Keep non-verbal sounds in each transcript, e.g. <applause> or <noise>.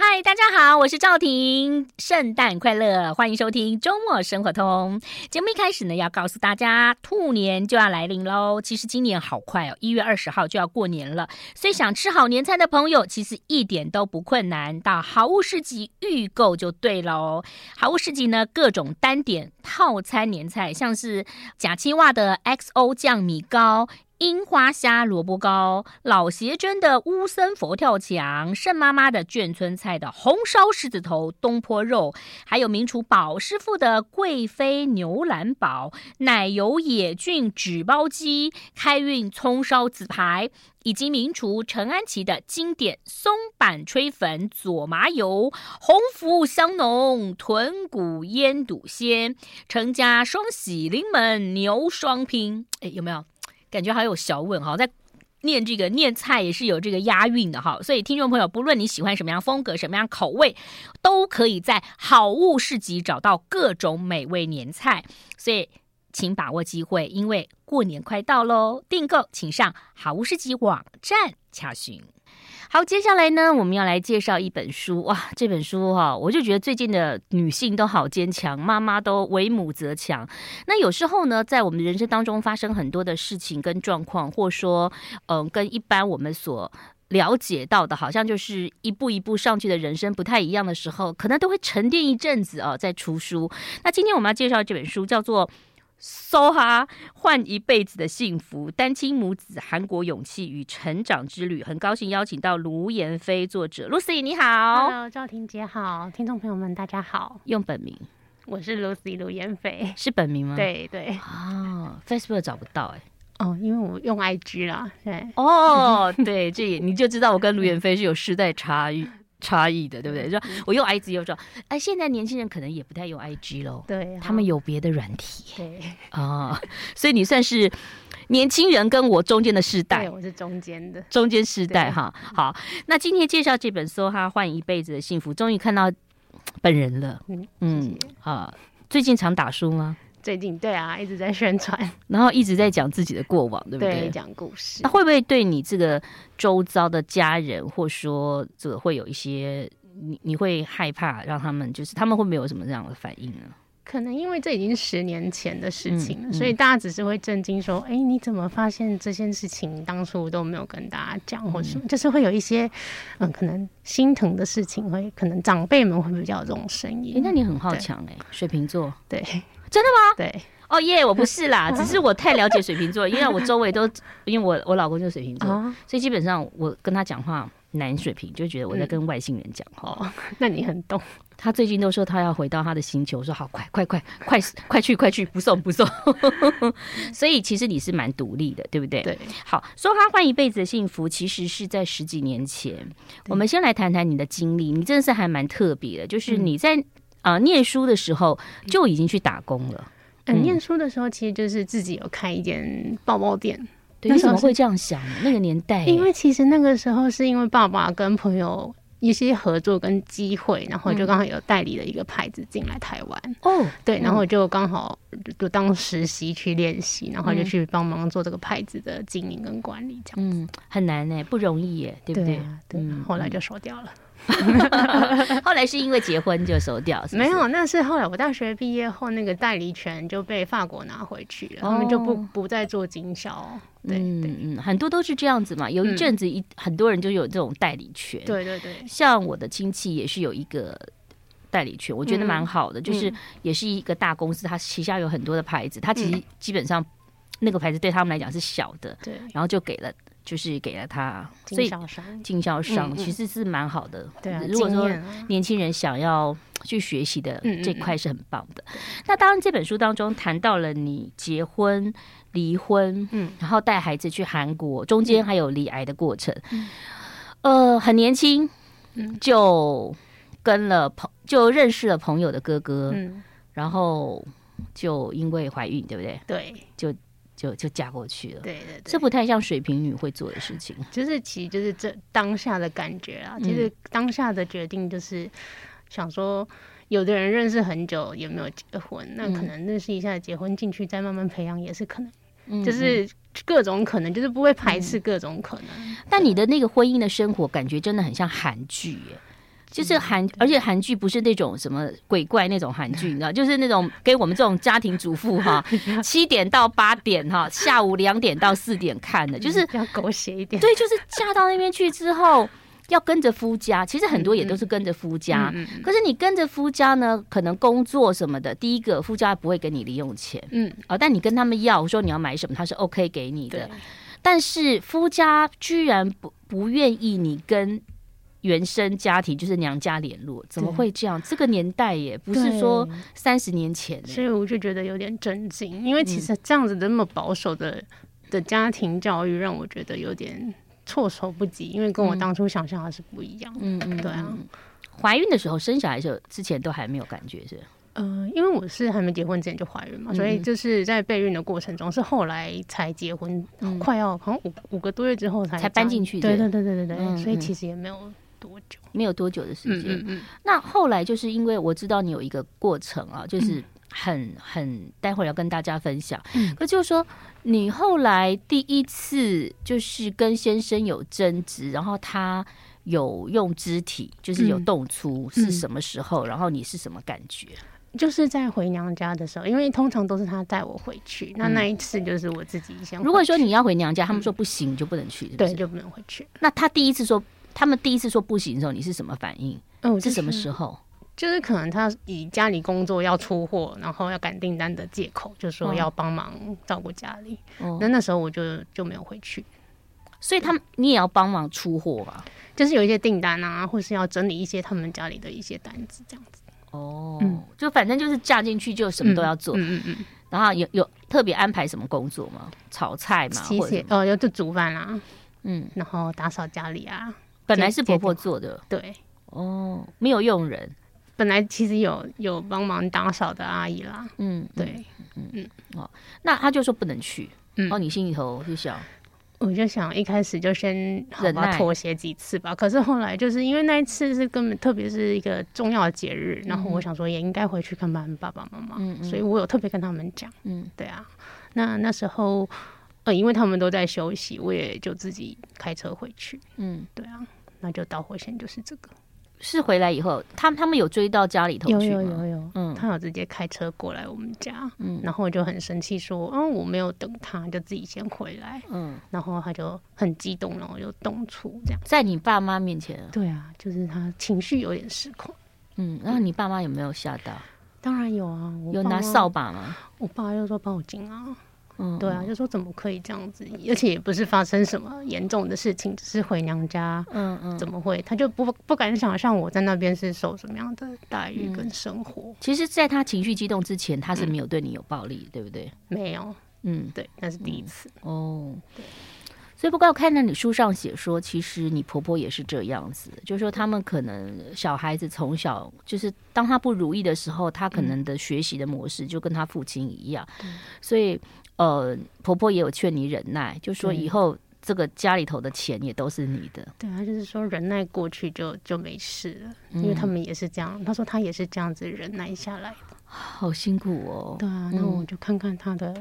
嗨，大家好，我是赵婷，圣诞快乐，欢迎收听周末生活通。节目一开始呢，要告诉大家，兔年就要来临喽。其实今年好快哦，一月二十号就要过年了，所以想吃好年菜的朋友，其实一点都不困难，到好物市集预购就对喽。好物市集呢，各种单点套餐年菜，像是假青蛙的 XO 酱米糕。樱花虾萝卜糕、老邪真的乌参佛跳墙、盛妈妈的眷村菜的红烧狮子头、东坡肉，还有名厨宝师傅的贵妃牛腩煲、奶油野菌纸包鸡、开运葱烧紫排。以及名厨陈安琪的经典松板吹粉、左麻油、红腐香浓、豚骨腌笃鲜、陈家双喜临门牛双拼，哎，有没有？感觉好有小稳哈，在念这个念菜也是有这个押韵的哈，所以听众朋友，不论你喜欢什么样风格、什么样口味，都可以在好物市集找到各种美味年菜，所以请把握机会，因为过年快到喽！订购请上好物市集网站查询。好，接下来呢，我们要来介绍一本书哇，这本书哈、我就觉得最近的女性都好坚强，妈妈都为母则强。那有时候呢，在我们人生当中发生很多的事情跟状况，或说，嗯、跟一般我们所了解到的，好像就是一步一步上去的人生不太一样的时候，可能都会沉淀一阵子哦，再出书。那今天我们要介绍这本书叫做。搜哈，换一辈子的幸福，单亲母子韩国勇气与成长之旅。很高兴邀请到卢妍霏作者 Lucy，你好， Hello，赵婷姐好，听众朋友们大家好，用本名我是 Lucy 卢妍霏。是本名吗？ <laughs> 对对，啊、f a c e b o o k 找不到哎、嗯哦，因为我用 IG 啦，对， <laughs> 哦，对，这也你就知道我跟卢远飞是有世代差异差异的，对不嗯对？就我用 IG 又说，哎，现在年轻人可能也不太用 IG 喽，对啊他们有别的软体对，啊、所以你算是年轻人跟我中间的世代对，。我是中间的，中间世代哈，好，那今天介绍这本《梭哈换一辈子的幸福》，终于看到本人了，嗯嗯啊，最近常打书吗？最近对啊，一直在宣传，然后一直在讲自己的过往，对不对，哦讲故事那。会不会对你这个周遭的家人，或说这个会有一些你你会害怕，让他们就是他们会没有什么这样的反应呢？可能因为这已经十年前的事情了，嗯嗯所以大家只是会震惊说：“哎、你怎么发现这件事情当初都没有跟大家讲，或什么？”就是会有一些，嗯，可能心疼的事情会，可能长辈们会比较有这种声诶、音。那你很好强哎、水瓶座对，真的吗？对，哦耶我不是啦，只是我太了解水瓶座，因 <laughs> 为我周围都因为我我老公就是水瓶座，哦，所以基本上我跟他讲话。男水瓶就觉得我在跟外星人讲话、那你很懂。他最近都说他要回到他的星球，我说好快快快快快去快去，不送不送。 <laughs> 所以其实你是蛮独立的，对不对？对，好，说他换一辈子的幸福，其实是在十几年前。我们先来谈谈你的经历，你真的是还蛮特别的，就是嗯你在、呃念书的时候就已经去打工了。嗯，念书的时候其实就是自己有开一间包包店，对，那你时怎候么会这样想呢？那个年代，因为其实那个时候是因为爸爸跟朋友。一些合作跟机会，然后就刚好有代理了一个牌子进来台湾，哦，对，然后就刚好就当实习去练习，然后就去帮忙做这个牌子的经营跟管理，这样，嗯，很难呢、不容易耶、对不对？啊？对，嗯后来就收掉了。后来是因为结婚就收掉，是不没是有，啊那是后来我大学毕业后，那个代理权就被法国拿回去了，他们就不哦不再做经销。对对嗯嗯，很多都是这样子嘛。有一嗯阵子一、很多人就有这种代理权，，对对对，像我的亲戚也是有一个代理权，我觉得嗯蛮好的，就是也是一个大公司，它旗下有很多的牌子，它嗯其实基本上那个牌子对他们来讲是小的，对，然后就给了，就是给了他，所经以销商。经销商嗯嗯其实是蛮好的。对啊，如果经说验啊年轻人想要去学习的嗯嗯这块是很棒的。那当然，这本书当中谈到了你结婚、离婚，嗯，然后带孩子去韩国，中间还有离癌的过程。嗯呃，很年轻嗯就跟了朋，就认识了朋友的哥哥，嗯，然后就因为怀孕，对不对？对就就嫁过去了。对对这对，不太像水瓶女会做的事情。就是其实就是这当下的感觉啦。其嗯实当下的决定就是想说，有的人认识很久也没有结婚，那可能认识一下结婚进去再慢慢培养也是可能，嗯就是各种可能，就是不会排斥各种可能。但你的那个婚姻的生活，感觉真的很像韩剧耶。就是韩，嗯而且韩剧不是那种什么鬼怪那种韩剧，你知道， <laughs> 就是那种给我们这种家庭主妇 <laughs> 哈，七点到八点哈，下午两点到四点看的，就是比较狗血一点。对，就是嫁到那边去之后。要跟着夫家，其实很多也都是跟着夫家。嗯嗯可是你跟着夫家呢，可能工作什么的，第一个夫家不会给你零用钱嗯，啊、但你跟他们要说你要买什么，他是 OK 给你对的。，但是夫家居然不不愿意你跟原生家庭，就是娘家联络，怎么对会这样？这个年代也不是对说三十年前耶、所以我就觉得有点震嗯惊，因为其实这样子那么保守的、的家庭教育，让我觉得有点措手不及，因为跟我当初想象的是不一样。嗯嗯，对啊嗯。怀孕的时候，生小孩的时候，之前都还没有感觉是，呃，因为我是还没结婚之前就怀嗯孕嘛，所以就是在备孕的过程中，是后来才结婚，快要好像五五个多月之后嗯才才搬进去对的对对对对对，嗯所以嗯其实也没有多久。没有多久的时嗯间。嗯嗯，那后来就是因为我知道你有一个过程啊，就是很很，待会儿要跟大家分享。嗯可就是说，你后来第一次就是跟先生有争执，然后他有用肢体，就是有嗯动粗，是什么时候？然后你是什么感觉？就是在回娘家的时候，因为通常都是他带我回去，那嗯那一次就是我自己先回去。如果说你要回娘家，他们说不行，你就不能去，是不嗯对是？就不能回去，那他第一次说，他们第一次说不行的时候，你是什么反应？嗯，我是就什么是时候？就是可能他以家里工作要出货，然后要赶订单的借口，就说嗯要帮忙照顾家里。哦，那那时候我就就没有回去，所以他们你也要帮忙出货啊。就是有一些订单啊，或是要整理一些他们家里的一些单子这样子。哦，嗯就反正就是嫁进去就什么都要做，嗯嗯嗯，然后有有特别安排什么工作吗？炒菜嘛，洗或者洗什么呃，就煮饭啦，嗯，然后打扫家里啊，本来是婆婆做的对。哦，没有佣人，本来其实有有帮忙打扫的阿姨啦，嗯，嗯，对，那他就说不能去，嗯哦，你心里头就想，我就想一开始就先好忍吧耐妥协几次吧，可是后来就是因为那一次是根本特别是一个重要的节日，然后我想说也应该回去看看爸爸妈妈，嗯嗯所以我有特别跟他们讲，嗯，对啊，那那时候呃因为他们都在休息，我也就自己开车回去，嗯，对啊，那就导火线就是这个，是回来以后，他他们有追到家里头有去吗？有有有，嗯嗯他有直接开车过来我们家，然后我就很生气说，嗯，我没有等他，就自己先回来，嗯，然后他就很激动，然后就动粗这样。在你爸妈面前，对啊，就是他情绪有点失控。嗯，然后你爸妈有没有吓到？当然有啊，我有爸拿妈扫，把吗？我爸又说报警啊，嗯，对啊，就说怎么可以这样子，而且也不是发生什么严重的事情，只是回娘家，嗯，嗯嗯，怎么会？他就不不敢想象我在那边是受什么样的待遇嗯跟生活，其实，在他情绪激动之前，他是没有对你有暴力，对不对？没有，嗯，对，那是第一次，哦，所以不过我看到你书上写说，其实你婆婆也是这样子，就是说他们可能小孩子从小就是当他不如意的时候，他可能的学习的模式就跟他父亲一样，所以呃，婆婆也有劝你忍耐，就说对以后这个家里头的钱也都是你的，对他就是说忍耐过去就就没事了，因为嗯他们也是这样，他说他也是这样子忍耐下来的，好辛苦哦。对啊，那我就看看他的。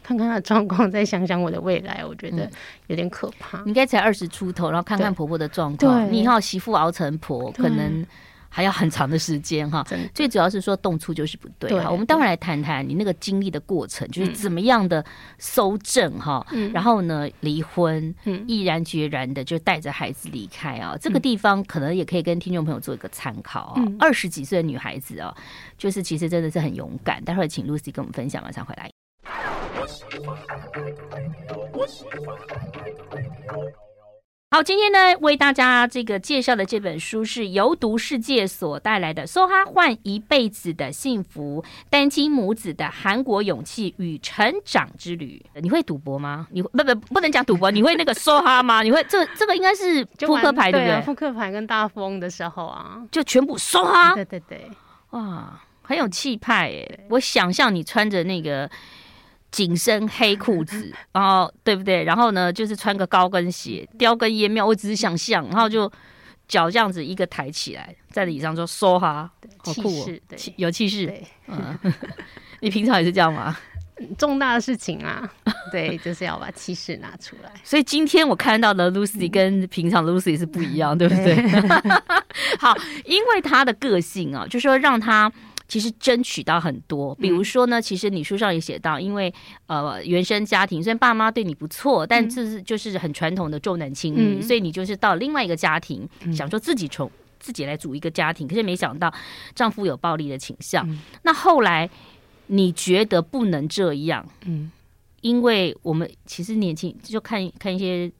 看看他的状况，再想想我的未来，我觉嗯得有点可怕。你应该才二十出头，然后看看对婆婆的状况，对你以后媳妇熬成婆，对可能还要很长的时间哈。真的最主要是说动粗就是不对对哈。我们待会儿来谈谈你那个经历的过程，就是怎么样的搜证哈，嗯然后呢离婚，嗯毅然决然的就带着孩子离开啊。这个地方可能也可以跟听众朋友做一个参考啊嗯。二十几岁的女孩子啊，就是其实真的是很勇敢。待会儿请 Lucy 跟我们分享，马上回来。好，今天呢，为大家这个介绍的这本书是《游读世界》所带来的《梭哈换一辈子的幸福：单亲母子的韩国勇气与成长之旅》。你会赌博吗？你不不不能讲赌博，你会那个梭哈吗？你会这这个应该是就扑克玩牌对对不啊对？扑克牌跟大富翁的时候啊，就全部梭哈，对对对，哇，很有气派耶！我想象你穿着那个紧身黑裤 <laughs> 子，然后对不对？然后呢，就是穿个高跟鞋，叼根烟苗，我只是想象，然后就脚这样子一个抬起来，在椅上说梭哈，好气酷哦势，对气有气势。 <laughs> 对， <laughs> 嗯，你平常也是这样吗？重大的事情啊，对，就是要把气势拿出来。所以今天我看到的 Lucy 跟平常的 Lucy 是不一样，对不对？ <laughs> 好，因为她的个性啊，就说让她。其实争取到很多，比如说呢，其实你书上也写到，因为呃原生家庭虽然爸妈对你不错，但这是就是很传统的重男轻女，嗯所以你就是到另外一个家庭，嗯想说自己从自己来组一个家庭，可是没想到丈夫有暴力的倾向。嗯那后来你觉得不能这样，嗯因为我们其实年轻就看看一些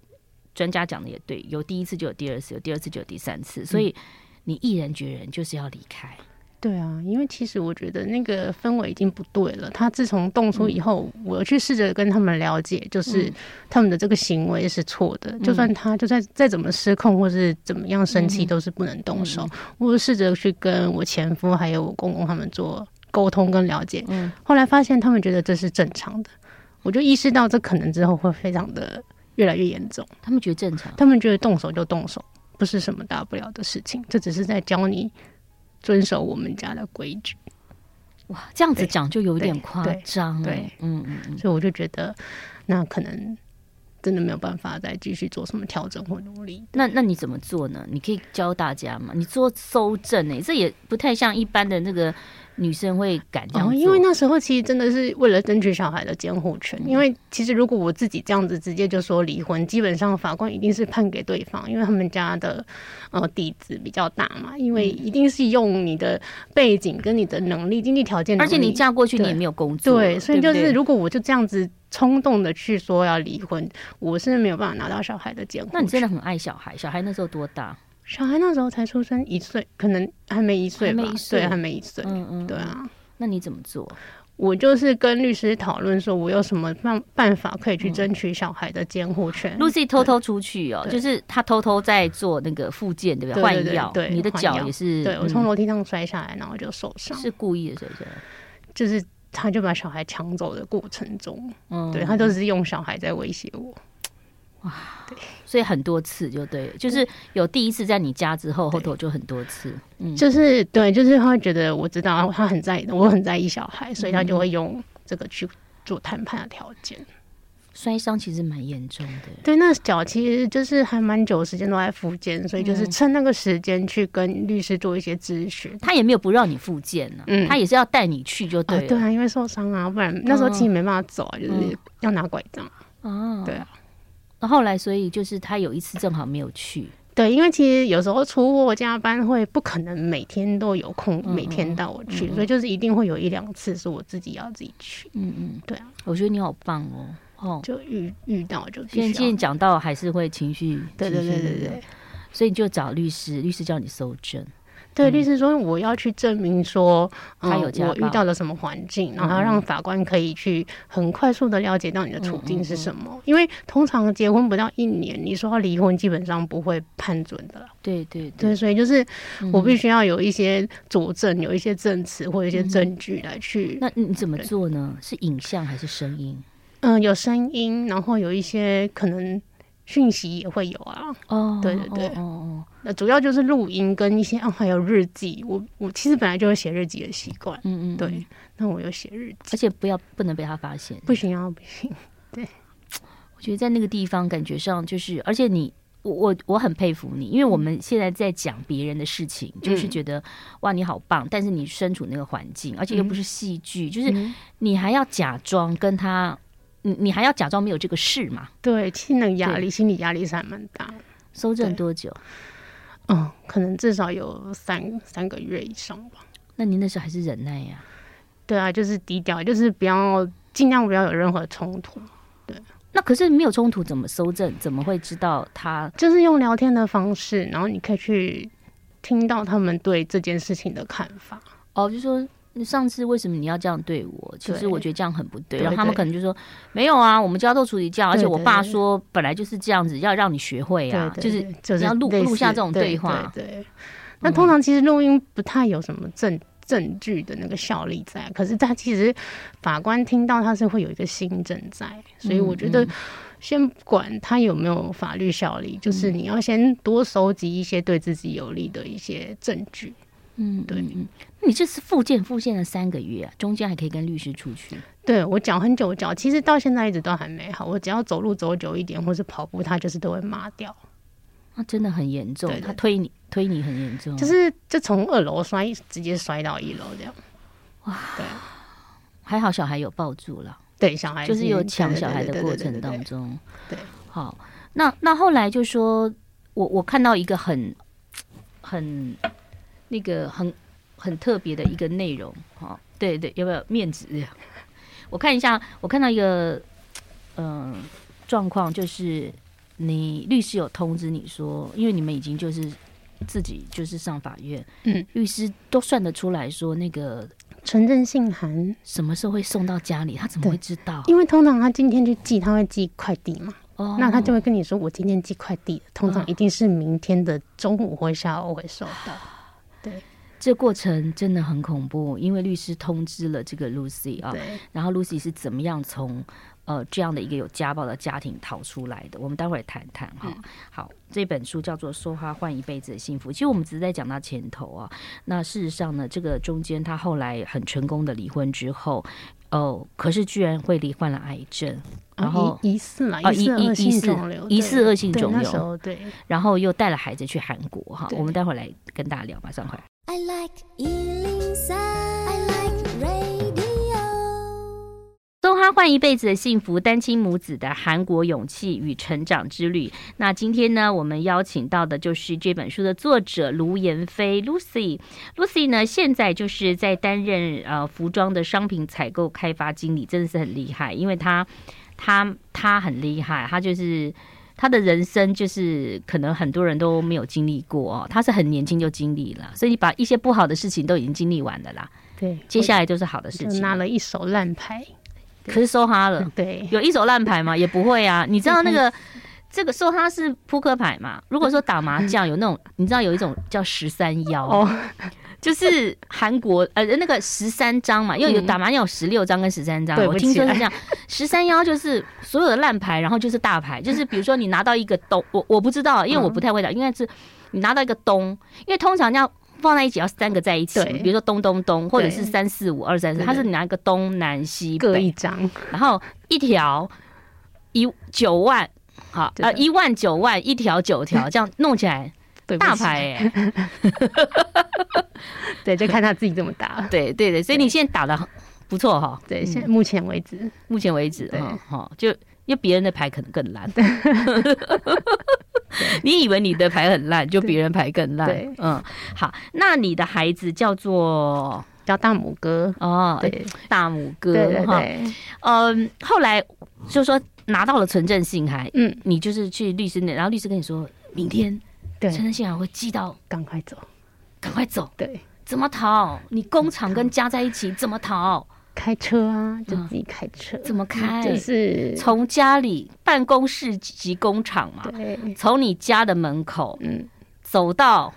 专家讲的也对，有第一次就有第二次，有第二次就有第三次，所以你毅然决然就是要离开。对啊，因为其实我觉得那个氛围已经不对了。他自从动粗以后，我去试着跟他们了解，就是他们的这个行为是错的。就算他就算再怎么失控或是怎么样生气，都是不能动手。我试着去跟我前夫还有我公公他们做沟通跟了解，嗯后来发现他们觉得这是正常的，我就意识到这可能之后会非常的越来越严重。他们觉得正常。他们觉得动手就动手，不是什么大不了的事情，这只是在教你遵守我们家的规矩。哇，这样子对讲就有点夸张对哎对，嗯嗯嗯，所以我就觉得，那可能真的没有办法再继续做什么调整哦或努力。那那你怎么做呢？你可以教大家嘛？你做搜证哎、这也不太像一般的那个女生会敢这样哦，做，因为那时候其实真的是为了争取小孩的监护权，嗯因为其实如果我自己这样子直接就说离婚，基本上法官一定是判给对方，因为他们家的呃底子比较大嘛，因为嗯一定是用你的背景跟你的能力、经济条件能而力，且你嫁过去你对也没有工作了，对，所以就对不是对如果我就这样子冲动的去说要离婚，我是没有办法拿到小孩的监护权。那你真的很爱小孩，小孩那时候多大？小孩那时候才出生一岁，可能还没一岁还吧，没一岁对，还没一岁。嗯嗯，对啊，那你怎么做？我就是跟律师讨论说，我有什么办办法可以嗯去争取小孩的监护权。 Lucy 偷偷出去哦，哎对就是她偷偷在做那个复健，对不对？对换对对药，对你的换脚药也是，对我嗯从楼梯上摔下来，然后就受伤，是故意的，是不是？就是他就把小孩抢走的过程中，嗯对他就是用小孩在威胁我。所以很多次就对了，就是有第一次在你家之后，后对头就很多次，嗯，就是对，就是他会觉得我知道他很在意，我很在意小孩，所以他就会用这个去做谈判的条件。摔伤其实蛮严重的。对，那脚其实就是还蛮久的时间都在复健，所以就是趁那个时间去跟律师做一些咨询。他也没有不让你复健呢、嗯他也是要带你去就对啊，对了。啊，因为受伤啊，不然那时候其实没办法走啊，就是要拿拐杖。啊对啊。然后后来，所以就是他有一次正好没有去，对，因为其实有时候出货加班会不可能每天都有空，每天带我去，所以就是一定会有一两次是我自己要自己去，嗯嗯，对啊，我觉得你好棒哦，哦，就遇遇到就必现在须要现在。讲到还是会情绪，对对情绪对对那个对，所以你就找律师，律师叫你搜证，对律师说我要去证明说，嗯嗯、他有家暴嗯我遇到了什么环境，然后要让法官可以去很快速的了解到你的处嗯境是什么。因为通常结婚不到一年，你说要离婚，基本上不会判准的啦。对对对，，所以就是嗯我必须要有一些佐证，有一些证词或者一些证据来去，嗯那你怎么做呢？是影像还是声音？嗯、有声音，然后有一些可能讯息也会有啊。哦，对对对哦哦哦，那主要就是录音跟一些啊，还有日记。我我其实本来就有写日记的习惯，嗯嗯，嗯，对，那我有写日而记，且不要不能被他发现，不行啊，不行。我觉得在那个地方感觉上就是，而且你。我我我很佩服你，因为嗯我们现在在讲别人的事情，就是觉得哇你好棒，但是你身处那个环境，而且又不是戏剧，就是嗯你还要假装跟他，你你还要假装没有这个事嘛？对，其实那个压对力，心理压力是还蛮大的。收证对多久？嗯，可能至少有三三个月以上吧。那你那时候还是忍耐呀、对啊，就是低调，就是不要尽量不要有任何冲突，那可是没有冲突，怎么收证？怎么会知道他？就是用聊天的方式，然后你可以去听到他们对这件事情的看法。哦，就说你上次为什么你要这样对我？其实对我觉得这样很不对。对然后他们对可能就说没有啊，我们家都处理这样，而且对我对爸对说本来就是这样子，要让你学会啊，对就对是对就是你要录类似录下这种对话嗯对对对那通常其实录音不太有什么证证据的那个效力在，可是他其实法官听到他是会有一个新证在，所以我嗯觉得先不管他有没有法嗯律效力，就是你要先多收集一些对自己有利的一些证据。嗯，对嗯嗯你这次复健复健了三个月、啊，中间还可以跟律师出去，对我脚很久，我脚其实到现在一直都还没好。我只要走路走久一点，或是跑步，它就是都会麻掉。那、真的很严重。对对他推你推你很严重，就是就从二楼摔，直接摔到一楼这样。还好小孩有抱住了，对，小孩就是有对抢对小对孩对的对过对程对当对中。对对好，那那后来就说，我我看到一个很很那个很很特别的一个内容，好、对对，有没有面子？ <laughs> 我看一下，我看到一个嗯、呃状况，就是你律师有通知你说，因为你们已经就是自己就是上法院，嗯，律师都算得出来说那个纯正信函，什么时候会送到家里，他怎么对会知道？因为通常他今天去寄，他会寄快递嘛，哦那他就会跟你说我今天寄快递，通常一定是明天的中午或下午会收到。这过程真的很恐怖，因为律师通知了这个 Lucy 啊，对，然后 Lucy 是怎么样从呃这样的一个有家暴的家庭逃出来的？我们待会儿谈谈哈。嗯好，这本书叫做《说话换一辈子的幸福》，其实我们只是在讲到前头啊。那事实上呢，这个中间她后来很成功的离婚之后，哦、可是居然会罹患了癌症，然后啊疑疑似啦，哦疑似疑疑恶疑性似肿瘤，疑对似恶性对肿那时瘤候对，然后又带了孩子去韩国哈。对我们待会儿来跟大家聊，马上回来。 I like Ealing Sound. I like radio. 送他换一辈子的幸福，单亲母子的韩国勇气与成长之旅。那今天呢，我们邀请到的就是这本书的作者卢妍霏 Lucy。Lucy 呢，现在就是在担任呃服装的商品采购开发经理，真的是很厉害，因为她她她很厉害，她就是。她的人生就是可能很多人都没有经历过哦，她是很年轻就经历了，所以你把一些不好的事情都已经经历完了啦，对，接下来来就是好的事就情。嗯拿了一手烂牌，可是收哈了，对，有一手烂牌吗？也不会啊。你知道那 <laughs> 个这个说它是扑克牌嘛？如果说打麻将有那种，你知道有一种叫十三幺，哦，就是韩国呃那个十三张嘛，又有嗯打麻将有十六张跟十三张，对我不听起 <laughs> 说是来这样。十三幺就是所有的烂牌，然后就是大牌，就是比如说你拿到一个东，我我不知道，因为我不太会嗯打，应该是你拿到一个东，因为通常要。放在一起要三个在一起，对比如说东东东，或者对是三四五二三四，对对它是你拿一个东南西北，各一张，然后一条一九万，好对呃一万九万一条九 <laughs> 条，这样弄起来对不大起，牌 <laughs> 哎、对，就看他自己怎么打了。对对对，所以你现在打的不错哈，对，嗯现在目前为止，目前为止对哈哈，就因为别人的牌可能更烂， <laughs> 你以为你的牌很烂，就别人牌更烂对，嗯，好，那你的孩子叫做叫大拇哥，哦对，大拇对哥对哈，对，嗯，后来就说拿到了纯正信函，嗯，你就是去律师那，然后律师跟你说明天。陈对，正信还会寄到，赶快走，赶快走，对，怎么嗯逃？你工厂跟家在一起，怎么逃？开车啊，就嗯自己开车，怎么开？就是从家里办公室及工厂嘛，对，从你家的门口嗯，走到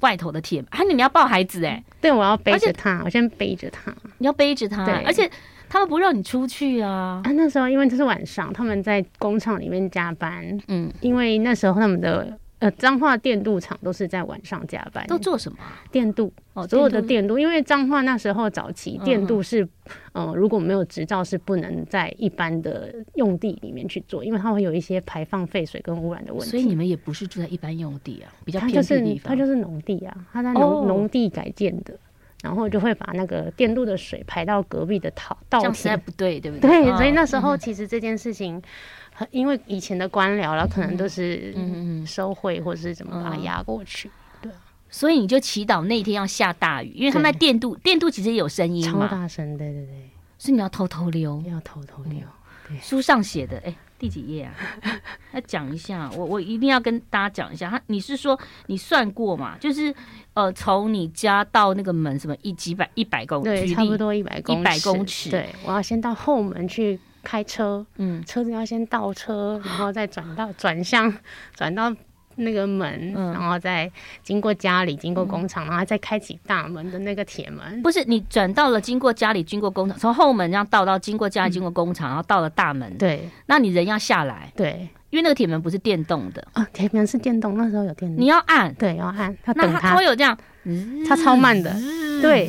外头的铁，还有你要抱孩子哎、对我要背而且着他，我先背着他你要背着他嗯对，而且他们不让你出去啊。啊。那时候因为这是晚上，他们在工厂里面加班，嗯，因为那时候他们的。呃，彰化电镀厂都是在晚上加班，都做什么啊？电镀，哦所有的电电镀，因为彰化那时候早期嗯电镀是，呃，如果没有执照是不能在一般的用地里面去做，因为它会有一些排放废水跟污染的动，问题。所以你们也不是住在一般用地啊，比较它偏就僻的是地它方。就是农地啊，它在哦农农、地改建的，然后就会把那个电镀的水排到隔壁的稻稻这样实在田。不对，对不对？对，所以嗯那时候其实这件事情，很因为以前的官僚了，可能都是嗯嗯嗯收贿或是怎么把它嗯压过去，所以你就祈祷那一天要下大雨，因为他们在电镀，电镀其实也有声音超嘛，大声，对对对，所以你要偷偷溜。要偷偷嗯溜。书上写的，哎、第几页啊？ <laughs> 要讲一下，我我一定要跟大家讲一下。他你是说你算过嘛？就是呃，从你家到那个门什么一几百一百公，对，哦举差例不，多一百公100公尺对，我要先到后门去开车，嗯车子要先倒车，然后再转到转向， <laughs> 转到那个门，嗯然后再经过家里，经过工厂，然后再开启大门的那个铁门。不是你转到了，经过家里，经过工厂，从后门这样倒到经过家里，经过工厂，然后到了大门，嗯对那你人要下来，对，因为那个铁门不是电动的，啊，铁门是电动，那时候有电你动，要按，对，要按，他那嗯等它它它会，有这样它超慢的，对，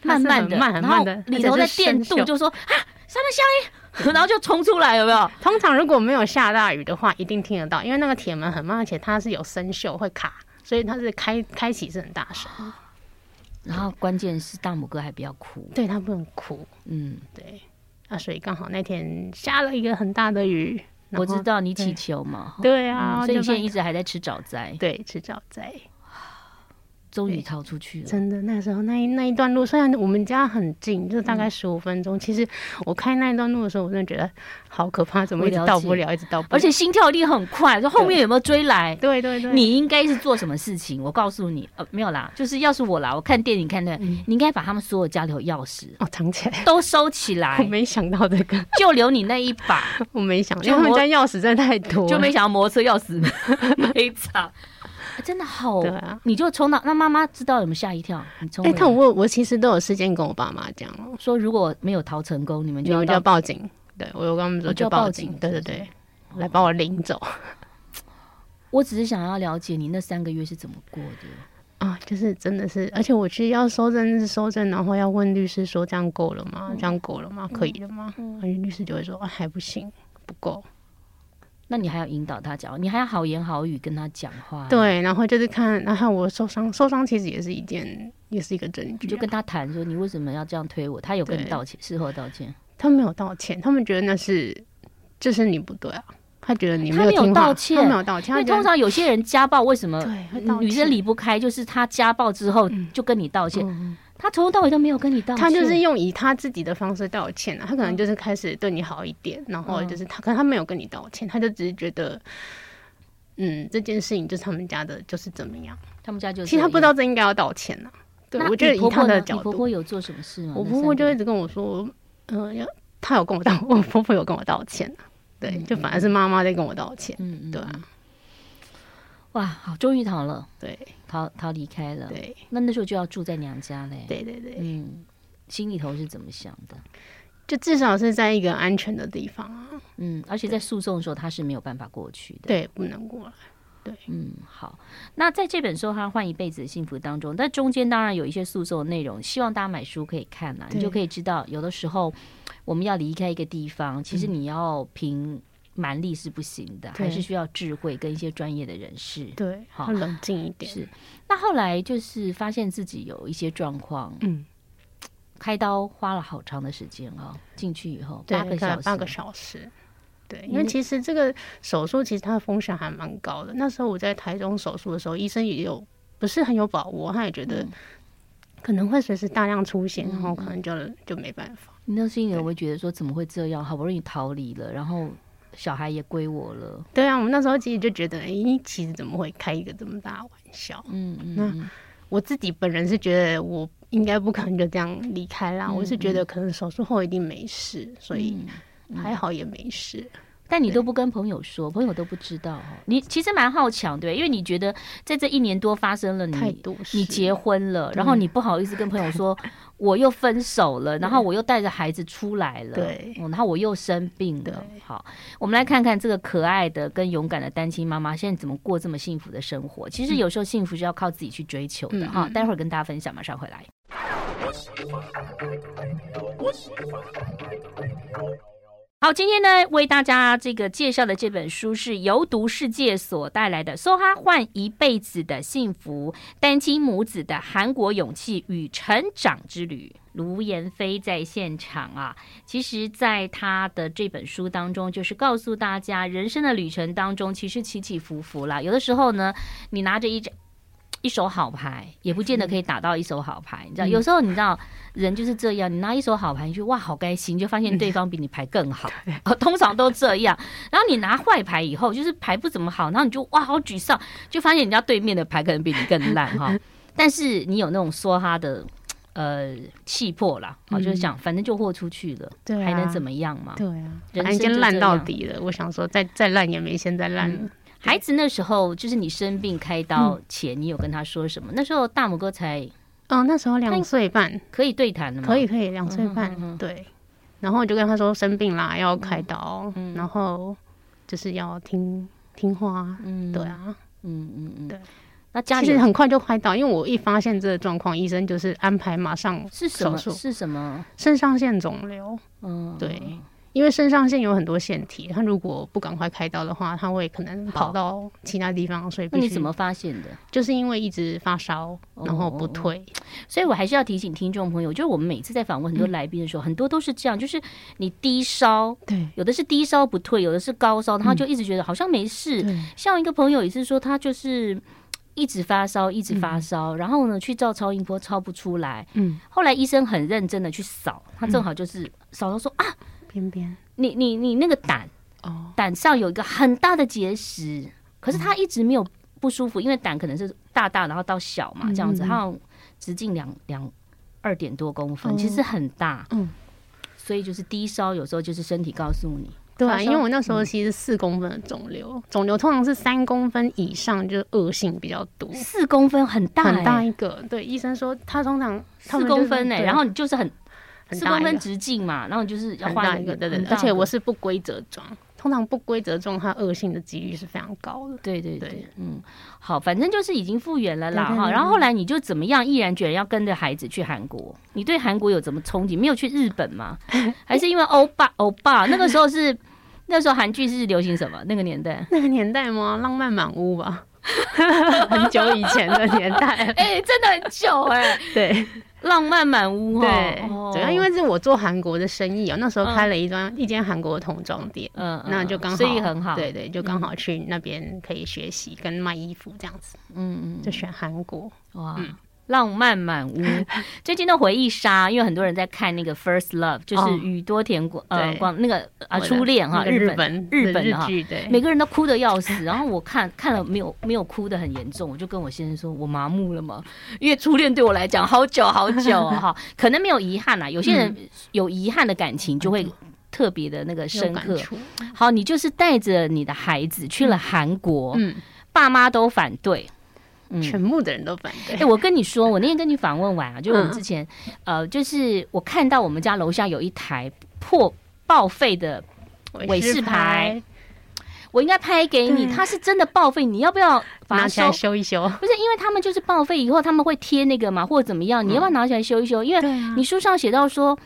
它慢慢是很的，慢很然后慢的里头在电镀，就说啊什么 <laughs> 声音，然后就冲出来，有没有？通常如果没有下大雨的话，一定听得到，因为那个铁门很慢，而且它是有生锈会卡，所以它是开开启是很大声，然后关键是大拇哥还不要哭，对，它不能哭，嗯，对，啊，所以刚好那天下了一个很大的雨，然我知后，道你祈求嘛，对嗯啊，所以你就现在把一直还在吃早斋，对吃早斋，终于对逃出去了。真的那时候那一那一段路，虽然我们家很近，就嗯是大概十五分钟，其实我开那一段路的时候，我真的觉得好可怕，怎么一直我了到解不了，一直到不了，而且心跳一定很快，说后面对有没有追来？对对对，你应该是做什么事情？我告诉你，呃，没有啦，就是要是我啦，我看电影看的，你应该把他们所有家里有钥匙哦藏起来。都收起我来，没想到这个，就留你那一把，我没想到，就因为他们我家钥匙真的太多了，就没想到摩托车钥匙 <laughs> 没藏，真的好对，啊。你就冲到那妈妈知道有没有吓一跳？你冲哎、回来，但我我其实都有事先跟我爸妈讲了，说如果没有逃成功，你们就然后要就要到报警。对我有跟他们哦说就要就报报警警，对对对，来把我领走我只是想要了解你那三个月是怎么过的。啊！就是真的是，而且我去要收证是收证，然后要问律师说这样够了吗？这嗯样够了吗？可以了吗？而且律师就会说、啊、还不行，不够。啊那你还要引导他讲，你还要好言好语跟他讲话，，对，然后就是看，然后我受伤，受伤其实也是一件，也是一个证你据就啊。跟他谈说你为什么要这样推我，他有跟你对道歉，事后道歉。他没有道歉，他们觉得那是这是你不对啊，他觉得你他有没有听道话，歉他没有道歉，因为他觉通得常有些人家暴，为什么对会道女生歉离不开？就是她家暴之后就跟你道歉，嗯她从头到尾都没有跟你道歉。嗯他就是用以他自己的方式道歉啊，他可能就是开始对你好一点，然后就是他，可能他没有跟你道歉，他就只是觉得，嗯，这件事情就是他们家的，就是怎么样。他们家就其实他不知道这应该要道歉啊。这对样。，那我觉得你以婆他婆的呢？角你婆度，婆有做什么事吗？我那婆三婆个就一月直跟我说，嗯，要他有跟我道，我婆婆有跟我道歉啊，对，就反而是妈妈在跟我道歉，嗯嗯，对啊嗯，哇，好，终于逃了，对逃逃离开了。对那那时候就要住在娘家嘞。，对对对，嗯，心里头是怎么想的？就至少是在一个安全的地方啊，嗯，而且在诉讼的时候，他是没有办法过去的。对，不能过来，嗯，好。那在这本书《他换一辈子的幸福》当中，但中间当然有一些诉讼的内容，希望大家买书可以看啊啦，你对就可以知道，有的时候我们要离开一个地方，其实你要凭蛮力是不行的，还嗯对是需要智慧跟一些专业的人士。对，好要冷静一点，是。那后来就是发现自己有一些状况，嗯。开刀花了好长的时间哦，进去以后对八个大概小时，嗯八个小时。对，因你为那其实这个手术其实它的风险还蛮高的。那时候我在台中手术的时候，医生也有不是很有把握，他也觉嗯得可能会随时大量出血，然后可能就就没办法。你那心里有没有觉得说怎么会这样？好不容易逃离了，然后小孩也归我了，对啊，我们那时候其实就觉得，诶，其实怎么会开一个这么大的玩笑？嗯嗯那嗯。我自己本人是觉得我应该不可能就这样离开啦，我嗯是觉得可能手术后一定没事，所以还好也没事。但你都不跟朋友说，朋友都不知道哦。你其实蛮好强，对，因为你觉得在这一年多发生了态你。度嗯是你结婚了，然后你不好意思跟朋友 <laughs> 说，我又分手了，然后我又带着孩子出来了，对嗯然后我又生病对了。好，我们来看看这个可爱的跟勇敢的单亲妈妈现在怎么过这么幸福的生活。其实有时候幸福是要靠自己去追求的嗯哈。待会儿跟大家分享，马上回来。好，今天呢，为大家这个介绍的这本书是由读世界所带来的《梭哈换一辈子的幸福：单亲母子的韩国勇气与成长之旅》。卢妍霏在现场啊，其实，在她的这本书当中，就是告诉大家，人生的旅程当中，其实起起伏伏啦。有的时候呢，你拿着一张一手好牌，也不见得可以打到一手好牌，你知道？有时候你知道，人就是这样，你拿一手好牌，你就哇好开心，就发现对方比你牌更好， <laughs> 哦通常都这样。然后你拿坏牌以后，就是牌不怎么好，然后你就哇好沮丧，就发现人家对面的牌可能比你更烂哈。但是你有那种说哈的呃气魄啦，好、就是想反正就豁出去了，对啊还能怎么样嘛？对啊，人反正已生就经烂这到样嗯底了。我想说再，再烂也没现在烂了。孩子那时候就是你生病开刀前，你有跟他说什么？那时候大拇哥才嗯、那时候两岁半，可以对谈了嘛？嗯可以可以，两嗯岁半，对。然后我就跟他说生病啦，要开刀，然后。就是要听听话啊，嗯对，啊，嗯嗯嗯，对。那家其里实很快就拍到，因为我一发现这个状况，医生就是安排马上是什么？手术是什么？肾上腺肿瘤，嗯，对，因为肾上腺有很多腺体，它如果不赶快开刀的话，它会可能好跑到其他地方，所以那必你须怎么哦发现的？就是因为一直发烧，然后不退，所以我还是要提醒听众朋友，就是我们每次在访问很嗯多来宾的时候，很多都是这样，就是你低烧，对有的是低烧不退，有的是高烧，嗯他就一直觉得好像没事。对像一个朋友也是说，他就是一直发烧，一直发烧，然后呢去照超音波超不出来，嗯，后来医生很认真的去扫，他正好就是扫到说、啊，边边你你你那个胆哦，胆上有一个很大的结石，可是嗯他一直没有不舒服，因为胆可能是大大然后到小嘛这样子，嗯嗯嗯它好像直径两两二点多公分，哦其实很大，嗯，所以就是低烧有时候就是身体告诉你，对发啊，烧因为我那时嗯候其实四公分的肿瘤，肿瘤通常是三公分以上，就是恶性比较多，四公分很大、欸，嗯很大一个。对，医生说他通常四他们就是公分呢、欸对然后你就是很很四大公一个分直径嘛，然后你就是要很画大一个，对对很对，大而且我个是不规则状，通常不规则状它恶性的几率是非常高的。 <laughs> 对对对对，嗯，好，反正就是已经复原了啦对对哈。对然后后来你就怎么样，毅然决然要跟着孩子去韩国？你对韩国有怎么憧憬？没有去日本吗？还是因为欧巴欧巴那个时候是那时候韩剧是流行什么？那个年代？那个年代吗？浪漫满屋吧， <laughs> 很久以前的年 <laughs> 代。哎、真的很 <laughs> 久哎、对浪漫满屋哈。对哦，主要因为是我做韩国的生意哦，那时候开了一张一间韩国的童装店。嗯，嗯那就刚好，所以很好。嗯对对，就刚好去那边可以学习跟卖衣服这样子，嗯，嗯就选韩国。嗯，哇。浪漫满 <laughs> 屋，最近的回忆杀，因为很多人在看那个《First Love》，就是哦宇多田光呃对光那个啊我的初恋哈，那个日日本本日的本日哈剧，对，每个人都哭得要死，然后我看看了没有没有哭得很严重，我就跟我先生说，我麻木了嘛，因为初恋对我来讲好久好久哦 <laughs> 哈、可能没有遗憾啦，啊有些人嗯有遗憾的感情就会特别的那个有深感刻。触好，你就是带着你的孩子去了韩国，嗯，爸妈都反对，哦嗯全部的人都反哎、对。我跟你说，我那天跟你访问完啊，就我们嗯之前，呃，就是我看到我们家楼下有一台破报废的韦氏牌，我应该拍给你，它是真的报废，你要不要把它嗯拿起来收？修 <laughs> 一修。不是，因为他们就是报废以后他们会贴那个嘛，或者怎么嗯样，你要不要拿起来修一修？因为啊你书上写到说。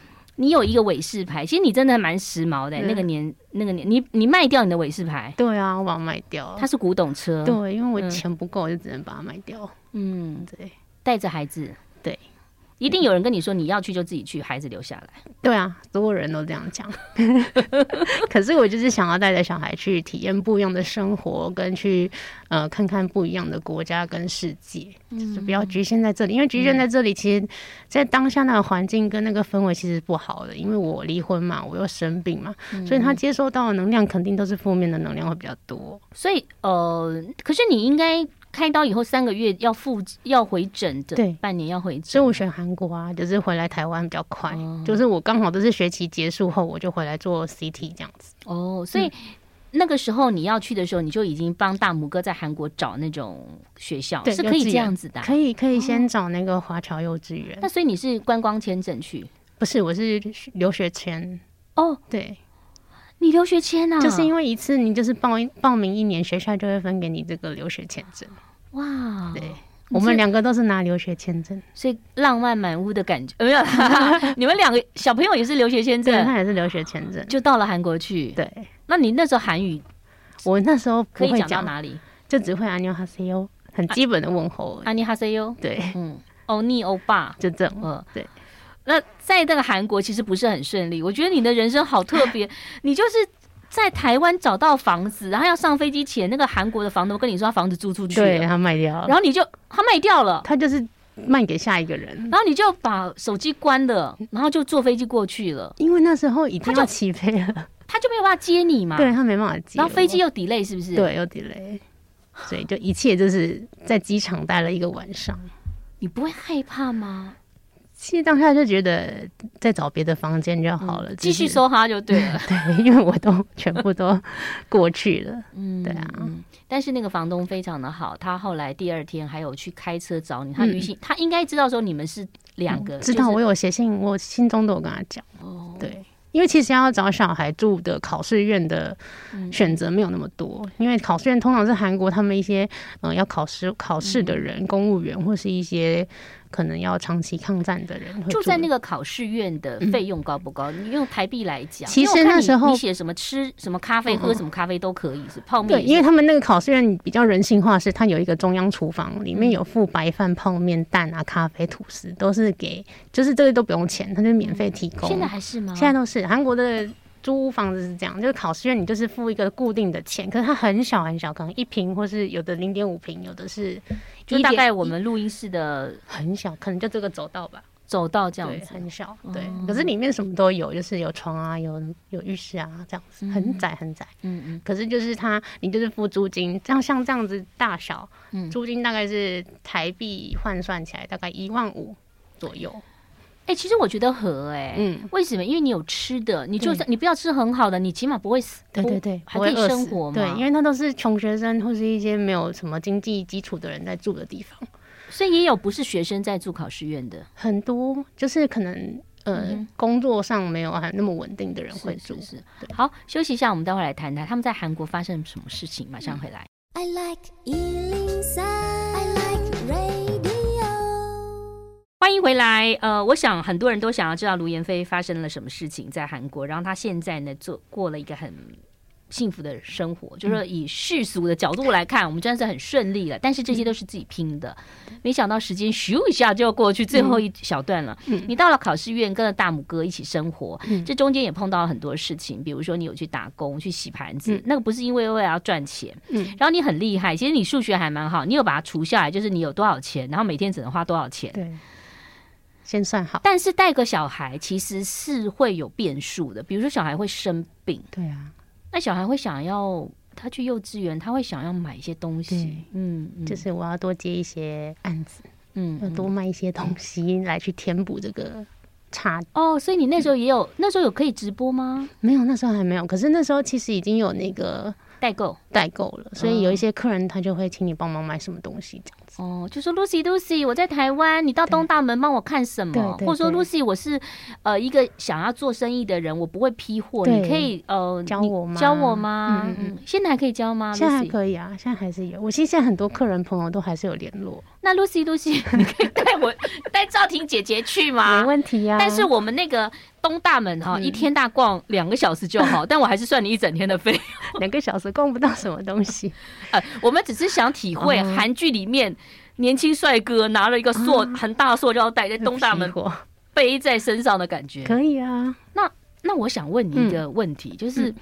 你有一个韦氏牌，其实你真的蛮时髦的、嗯那个年，那个年，你你卖掉你的韦氏牌，对啊，我把它卖掉它了。是古董车，对，因为嗯我钱不够，我就只能把它卖掉。嗯，对，带着孩子，对，一定有人跟你说你要去就自己去，孩子留下来。对啊，所有人都这样 <laughs> 讲。可是我就是想要带着小孩去体验不一样的生活，跟去呃看看不一样的国家跟世界，就是不要局限在这里。因为局限在这里，其实，在当下那个环境跟那个氛围其实不好的。因为我离婚嘛，我又生病嘛，所以他接收到的能量肯定都是负面的能量会比较多。所以呃，可是你应该开刀以后三个月要复要回诊的，对半年要回诊，所以我选韩国啊，就是回来台湾比较快，哦就是我刚好都是学期结束后，我就回来做 CT 这样子。哦，所以。那个时候你要去的时候，你就已经帮大拇哥在韩国找那种学校，对是可以幼稚这园样子的啊、可以，可以先找那个华侨幼稚园。那所以你是观光签证去不是，我是留学签。哦，对，你留学签啊？就是因为为一次你就是报一报名一年，学校就会分给你这个留学签证。哇，对，我们两个都是拿留学签证，所以浪漫满屋的感觉呃没有 <laughs> 啦？你们两个小朋友也是留学签对，证，他也是留学签证。就到了韩国去。对，那你那时候韩语我那时候可不以会讲到讲，哪里？就只会安妞哈西哟，很基本的问候而已。安妮哈塞哟，对，啊嗯，欧尼欧巴，就这种。嗯，对。那在那个韩国其实不是很顺利，我觉得你的人生好特别， <laughs> 你就是在台湾找到房子，然后要上飞机前，那个韩国的房东跟你说他房子租出去对，了，他卖掉然了，后你就他卖掉了，他就是卖给下一个人。然后你就把手机关了，然后就坐飞机过去了，因为那时候已经他就要起飞了，他就没有办法接你嘛，对他没办法接我。然后飞机又 delay 是不是？，对有 delay，所以就一切就是在机场待了一个晚上。你不会害怕吗？其实当下就觉得再找别的房间就好了，嗯继续说。搜哈就对了，对， <laughs> 因为我都 <laughs> 全部都过去了。嗯，对啊嗯但是那个房东非常的好，他后来第二天还有去开车找你，他嗯于心、他应该知道说你们是两个，知呃就道是我有写信，我心中都有跟他讲。哦，对，因为其实要找小孩住的考试院的嗯选择没有那么多，因为考试院通常是韩国他们一些嗯、呃要考试考试嗯的人，公务员或是一些可能要长期抗战的人会住在那个。个考试院的费用高不高？你用台币来讲，其因为我实看那你时候嗯你写什么吃什么咖啡，喝什么咖啡都可以，是泡面对，也是。因为他们那个考试院比较人性化，是它有一个中央厨房，里嗯面有附白饭、泡面、蛋啊、咖啡、吐司，都是给，就是这些都不用钱，它就免费提嗯供。现在还是吗？现在都是韩国的租屋房子是这样，就是考试院你就是付一个固定的钱，可是它很小很小，可能一平或是有的零点五平，有的是就大1.1概我们录音室的很小，可能就这个走道吧，走道这样对，子，哦很小，对。可是里面什么都有，就是有床啊，有有浴室啊，这样子很窄很窄。嗯嗯。可是就是它，你就是付租金，这样像这样子大小，嗯租金大概是台币换算起来大概一万五左右，哎、其实我觉得合哎、嗯。为什么？因为你有吃的，你就对算你不要吃很好的，你起码不会死。对对对，还不可会以饿生死活嘛。对，因为那都是穷学生或是一些没有什么经济基础的人在住的地方，所以也有不是学生在住考试院的，很多就是可能呃、工作上没有啊还那么稳定的人会是住。是是。好，休息一下，我们待会来谈谈他们在韩国发生什么事情，马上回来。 I like Ealing Sound. I like radio. 欢迎回来，呃，我想很多人都想要知道卢妍霏发生了什么事情在韩国，然后她现在呢做过了一个很幸福的生活，就是以世俗的角度来看，我们真的是很顺利了。但是这些都是自己拼的，没想到时间咻一下就过去，最后一小段了。你到了考试院，跟着大拇哥一起生活，这中间也碰到了很多事情，比如说你有去打工、去洗盘子，那个不是因为为了要赚钱，嗯然后你很厉害，其实你数学还蛮好，你有把它除下来，就是你有多少钱，然后每天只能花多少钱。对，先算好。但是带个小孩其实是会有变数的，比如说小孩会生病，对啊，那小孩会想要他去幼稚园，他会想要买一些东西对，嗯，嗯就是我要多接一些案子，嗯要嗯多卖一些东西来去填补这个差。哦，所以你那时候也有，那时候有可以直播吗？没有，那时候还没有，可是那时候其实已经有那个代购代购了，所以有一嗯些客人他就会请你帮忙买什么东西这样子。哦，就说 Lucy Lucy，我在台湾，你到东大门帮我看什么？对对对或者说 Lucy，我是呃一个想要做生意的人，我不会批货，对你可以呃教你我吗教我吗？嗯嗯嗯现在还可以教吗？现在还 Lucy 可以啊，现在还是有。我其实现在很多客人朋友都还是有联络，那 Lucy Lucy，你可以带我带赵婷姐姐去吗？没问题啊呀、但是我们那个东大门嗯哈、一天大逛两个小时就 <laughs> 好，但我还是算你一整天的费。两个小时逛不到什么东西， <laughs> 呃，我们只是想体会哦韩剧里面年轻帅哥拿了一个塑、嗯很大的塑料袋在 <laughs> 东大门皮货背在身上的感觉。可嗯以啊，那我想问你一个问题，就是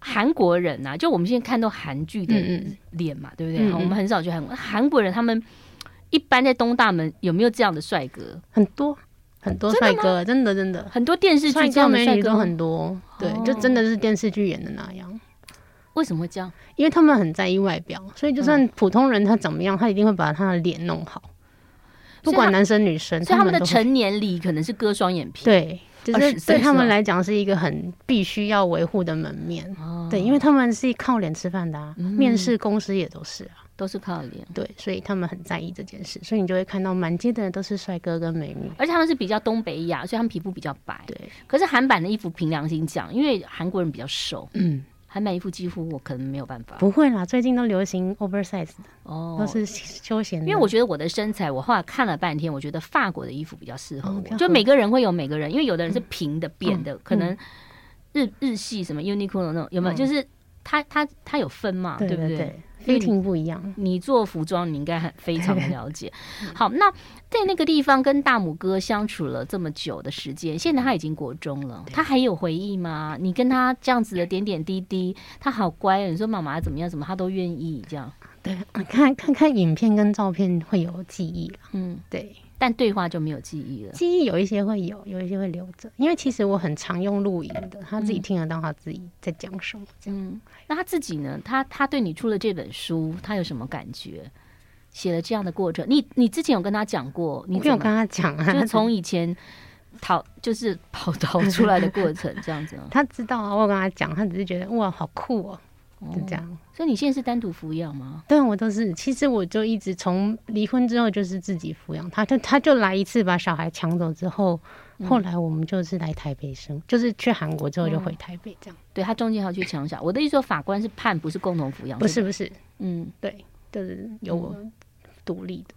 韩国人呐、就我们现在看到韩剧的嗯嗯脸嘛，对不对？嗯嗯我们很少去韩国，韩国人他们一般在东大门有没有这样的帅哥？很多很多帅哥，真的真的，很多电视帅剧这样的美帅女哥都吗，很多，对哦，就真的是电视剧演的那样。为什么会这样？因为他们很在意外表，所以就嗯算普通人他怎么样，他一定会把他的脸弄好，所以他不管男生女生，所以他们的都会成年礼可能是割双眼皮。对，就20是岁对他是们吧来讲是一个很必须要维护的门面。哦对，因为他们是靠脸吃饭的啊，嗯面试公司也都是啊，都是靠脸，对，所以他们很在意这件事，所以你就会看到满街的人都是帅哥跟美女。而且他们是比较东北亚，所以他们皮肤比较白。对，可是韩版的衣服，凭良心讲，因为韩国人比较瘦，嗯，韩版衣服几乎我可能没有办法。不会啦，最近都流行 oversize 的，哦都，是休闲的。因为我觉得我的身材，我后来看了半天，我觉得法国的衣服比较适合哦我。比较就合每个人会有每个人，因为有的人是平的、扁的，可能日日系什么 Uniqlo 那种有没有？嗯就是它它它有分嘛，对不对对因为你，fitting 不一样。你做服装，你应该很非常的了 <laughs> 解。嗯好，那在那个地方跟大拇哥相处了这么久的时间，现在他已经国中了，他还有回忆吗？你跟他这样子的点点滴滴，他好乖哦。你说妈妈怎么样，怎么他都愿意这样，对， <laughs> 看看看影片跟照片会有记忆啦。嗯，对，但对话就没有记忆了。记忆有一些会有，有一些会留着。因为其实我很常用录影的，他自己听得到他自己在讲什么。这样，嗯，那他自己呢？他他对你出了这本书，他有什么感觉？写了这样的过程，你你之前有跟他讲过，你我没有怎么跟他讲啊， <laughs> 就是他从以前逃就是跑逃出来的过程这样子吗？他知道啊，我有跟他讲，他只是觉得哇，好酷哦、就这样。所以你现在是单独服药吗？但我都是，其实我就一直从离婚之后就是自己抚养他，他他就来一次把小孩抢走之后，嗯后来我们就是来台北生，就是去韩国之后就回台北这样。对他中间还要去抢小，我的意思说法官是判不是共同抚养，不是对吧，不是，嗯，对，就是有我独立的，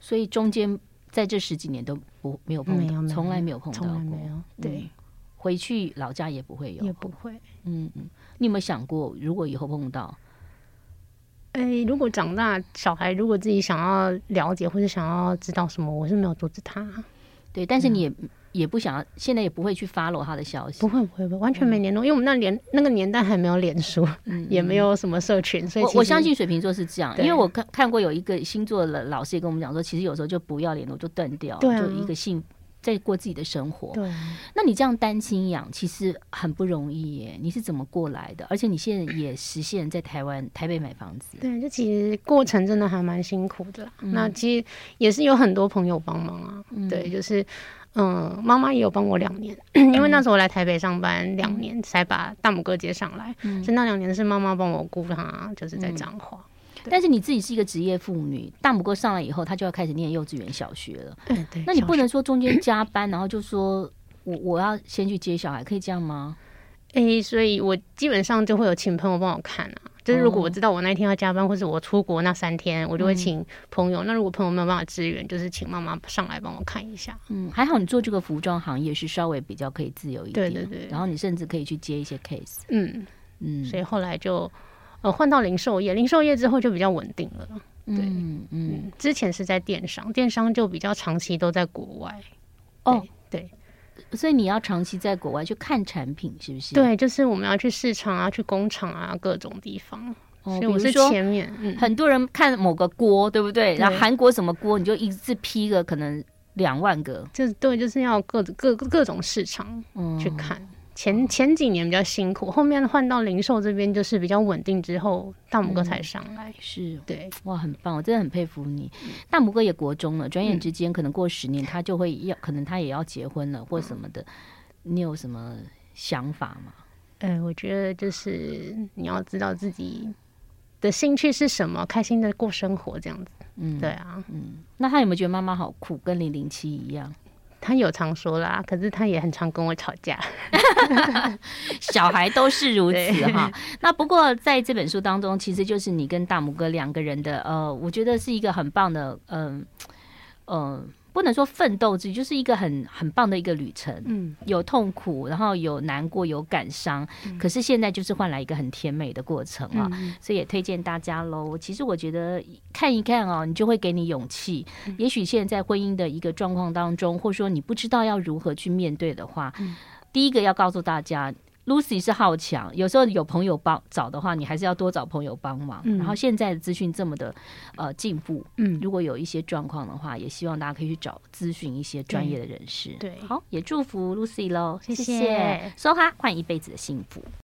所以中间在这十几年都不没有碰没有到，没有从来没有碰到从来过，嗯没有，对，回去老家也不会有也，不会。嗯嗯，你有没有想过，如果以后碰到，哎、如果长大小孩如果自己想要了解或者想要知道什么，我是没有阻止他，啊对，但是你也、也不想要，现在也不会去 follow 他的消息嗯不。会不会不会，完嗯全没联络，因为我们那年那个年代还没有脸书，也没有什么社群，所以我其实我相信水瓶座是这样，因对为我看看过有一个星座的老师也跟我们讲说，其实有时候就不要联络，就断掉，对啊就一个幸在过自己的生活。对啊。那你这样单亲养其实很不容易耶，你是怎么过来的？而且你现在也实现在台湾 <coughs> 台北买房子，对，这其实过程真的还蛮辛苦的啦。嗯那其实也是有很多朋友帮忙啊。对，就是嗯，妈妈也有帮我两 <clears throat> 年，因为那时候我来台北上班两年，才把大拇哥接上来。嗯所以那两年是妈妈帮我顾他，就是在彰化。但是你自己是一个职业妇女，大拇哥上来以后，他就要开始念幼稚园、小学了。嗯，对。那你小不能说中间加班，然后就说我我要先去接小孩，可以这样吗？诶、所以我基本上就会有请朋友帮我看啊。就是如果我哦知道我那一天要加班，或者我出国那三天，我就嗯会请朋友。那如果朋友没有办法支援，就是请妈妈上来帮我看一下。嗯，还好你做这个服装行业是稍微比较可以自由一点，对对对然后你甚至可以去接一些 case，嗯，嗯，所以后来就呃换到零售业，零售业之后就比较稳定了。对嗯嗯，嗯，之前是在电商，电商就比较长期都在国外。哦对，所以你要长期在国外去看产品，是不是？对，对，就是我们要去市场啊，去工厂啊，各种地方。哦，所比以我如是说前面，嗯，很多人看某个锅，对不对？对然后韩国什么锅，你就一次批个可能两万个，就是对，就是要各各各种市场嗯，去看。前前几年比较辛苦，后面换到零售这边就是比较稳定之后，大嗯拇哥才上哎来。是。对，哇，很棒！我真的很佩服你。大拇哥也国中了，转眼之间可能过十年，他就会要，可能他也要结婚了或什么的。你有什么想法吗？呃，我觉得就是你要知道自己的兴趣是什么，开心的过生活这样子。嗯，对。啊，那他有没有觉得妈妈好酷，跟零零七一样？他有常说啦，可是他也很常跟我吵架。小孩都是如此对哈。那不过在这本书当中，其实就是你跟大拇哥两个人的呃，我觉得是一个很棒的，嗯、呃、嗯、不能说奋斗之旅，就是一个很很棒的一个旅程。 <laughs> 嗯，有痛苦，然后有难过，有感伤，可是现在就是换来一个很甜美的过程嗯啊，所以也推荐大家喽。其实我觉得看一看哦，你就会给你勇气。嗯也许现在婚姻的一个状况当中，或者说你不知道要如何去面对的话，嗯第一个要告诉大家。Lucy 是好强，有时候有朋友帮找的话，你还是要多找朋友帮忙。然后现在的资讯这么的呃进步，嗯如果有一些状况的话，也希望大家可以去找咨询一些专业的人士。嗯对好，也祝福 Lucy 喽，谢谢谢，收哈换一辈子的幸福。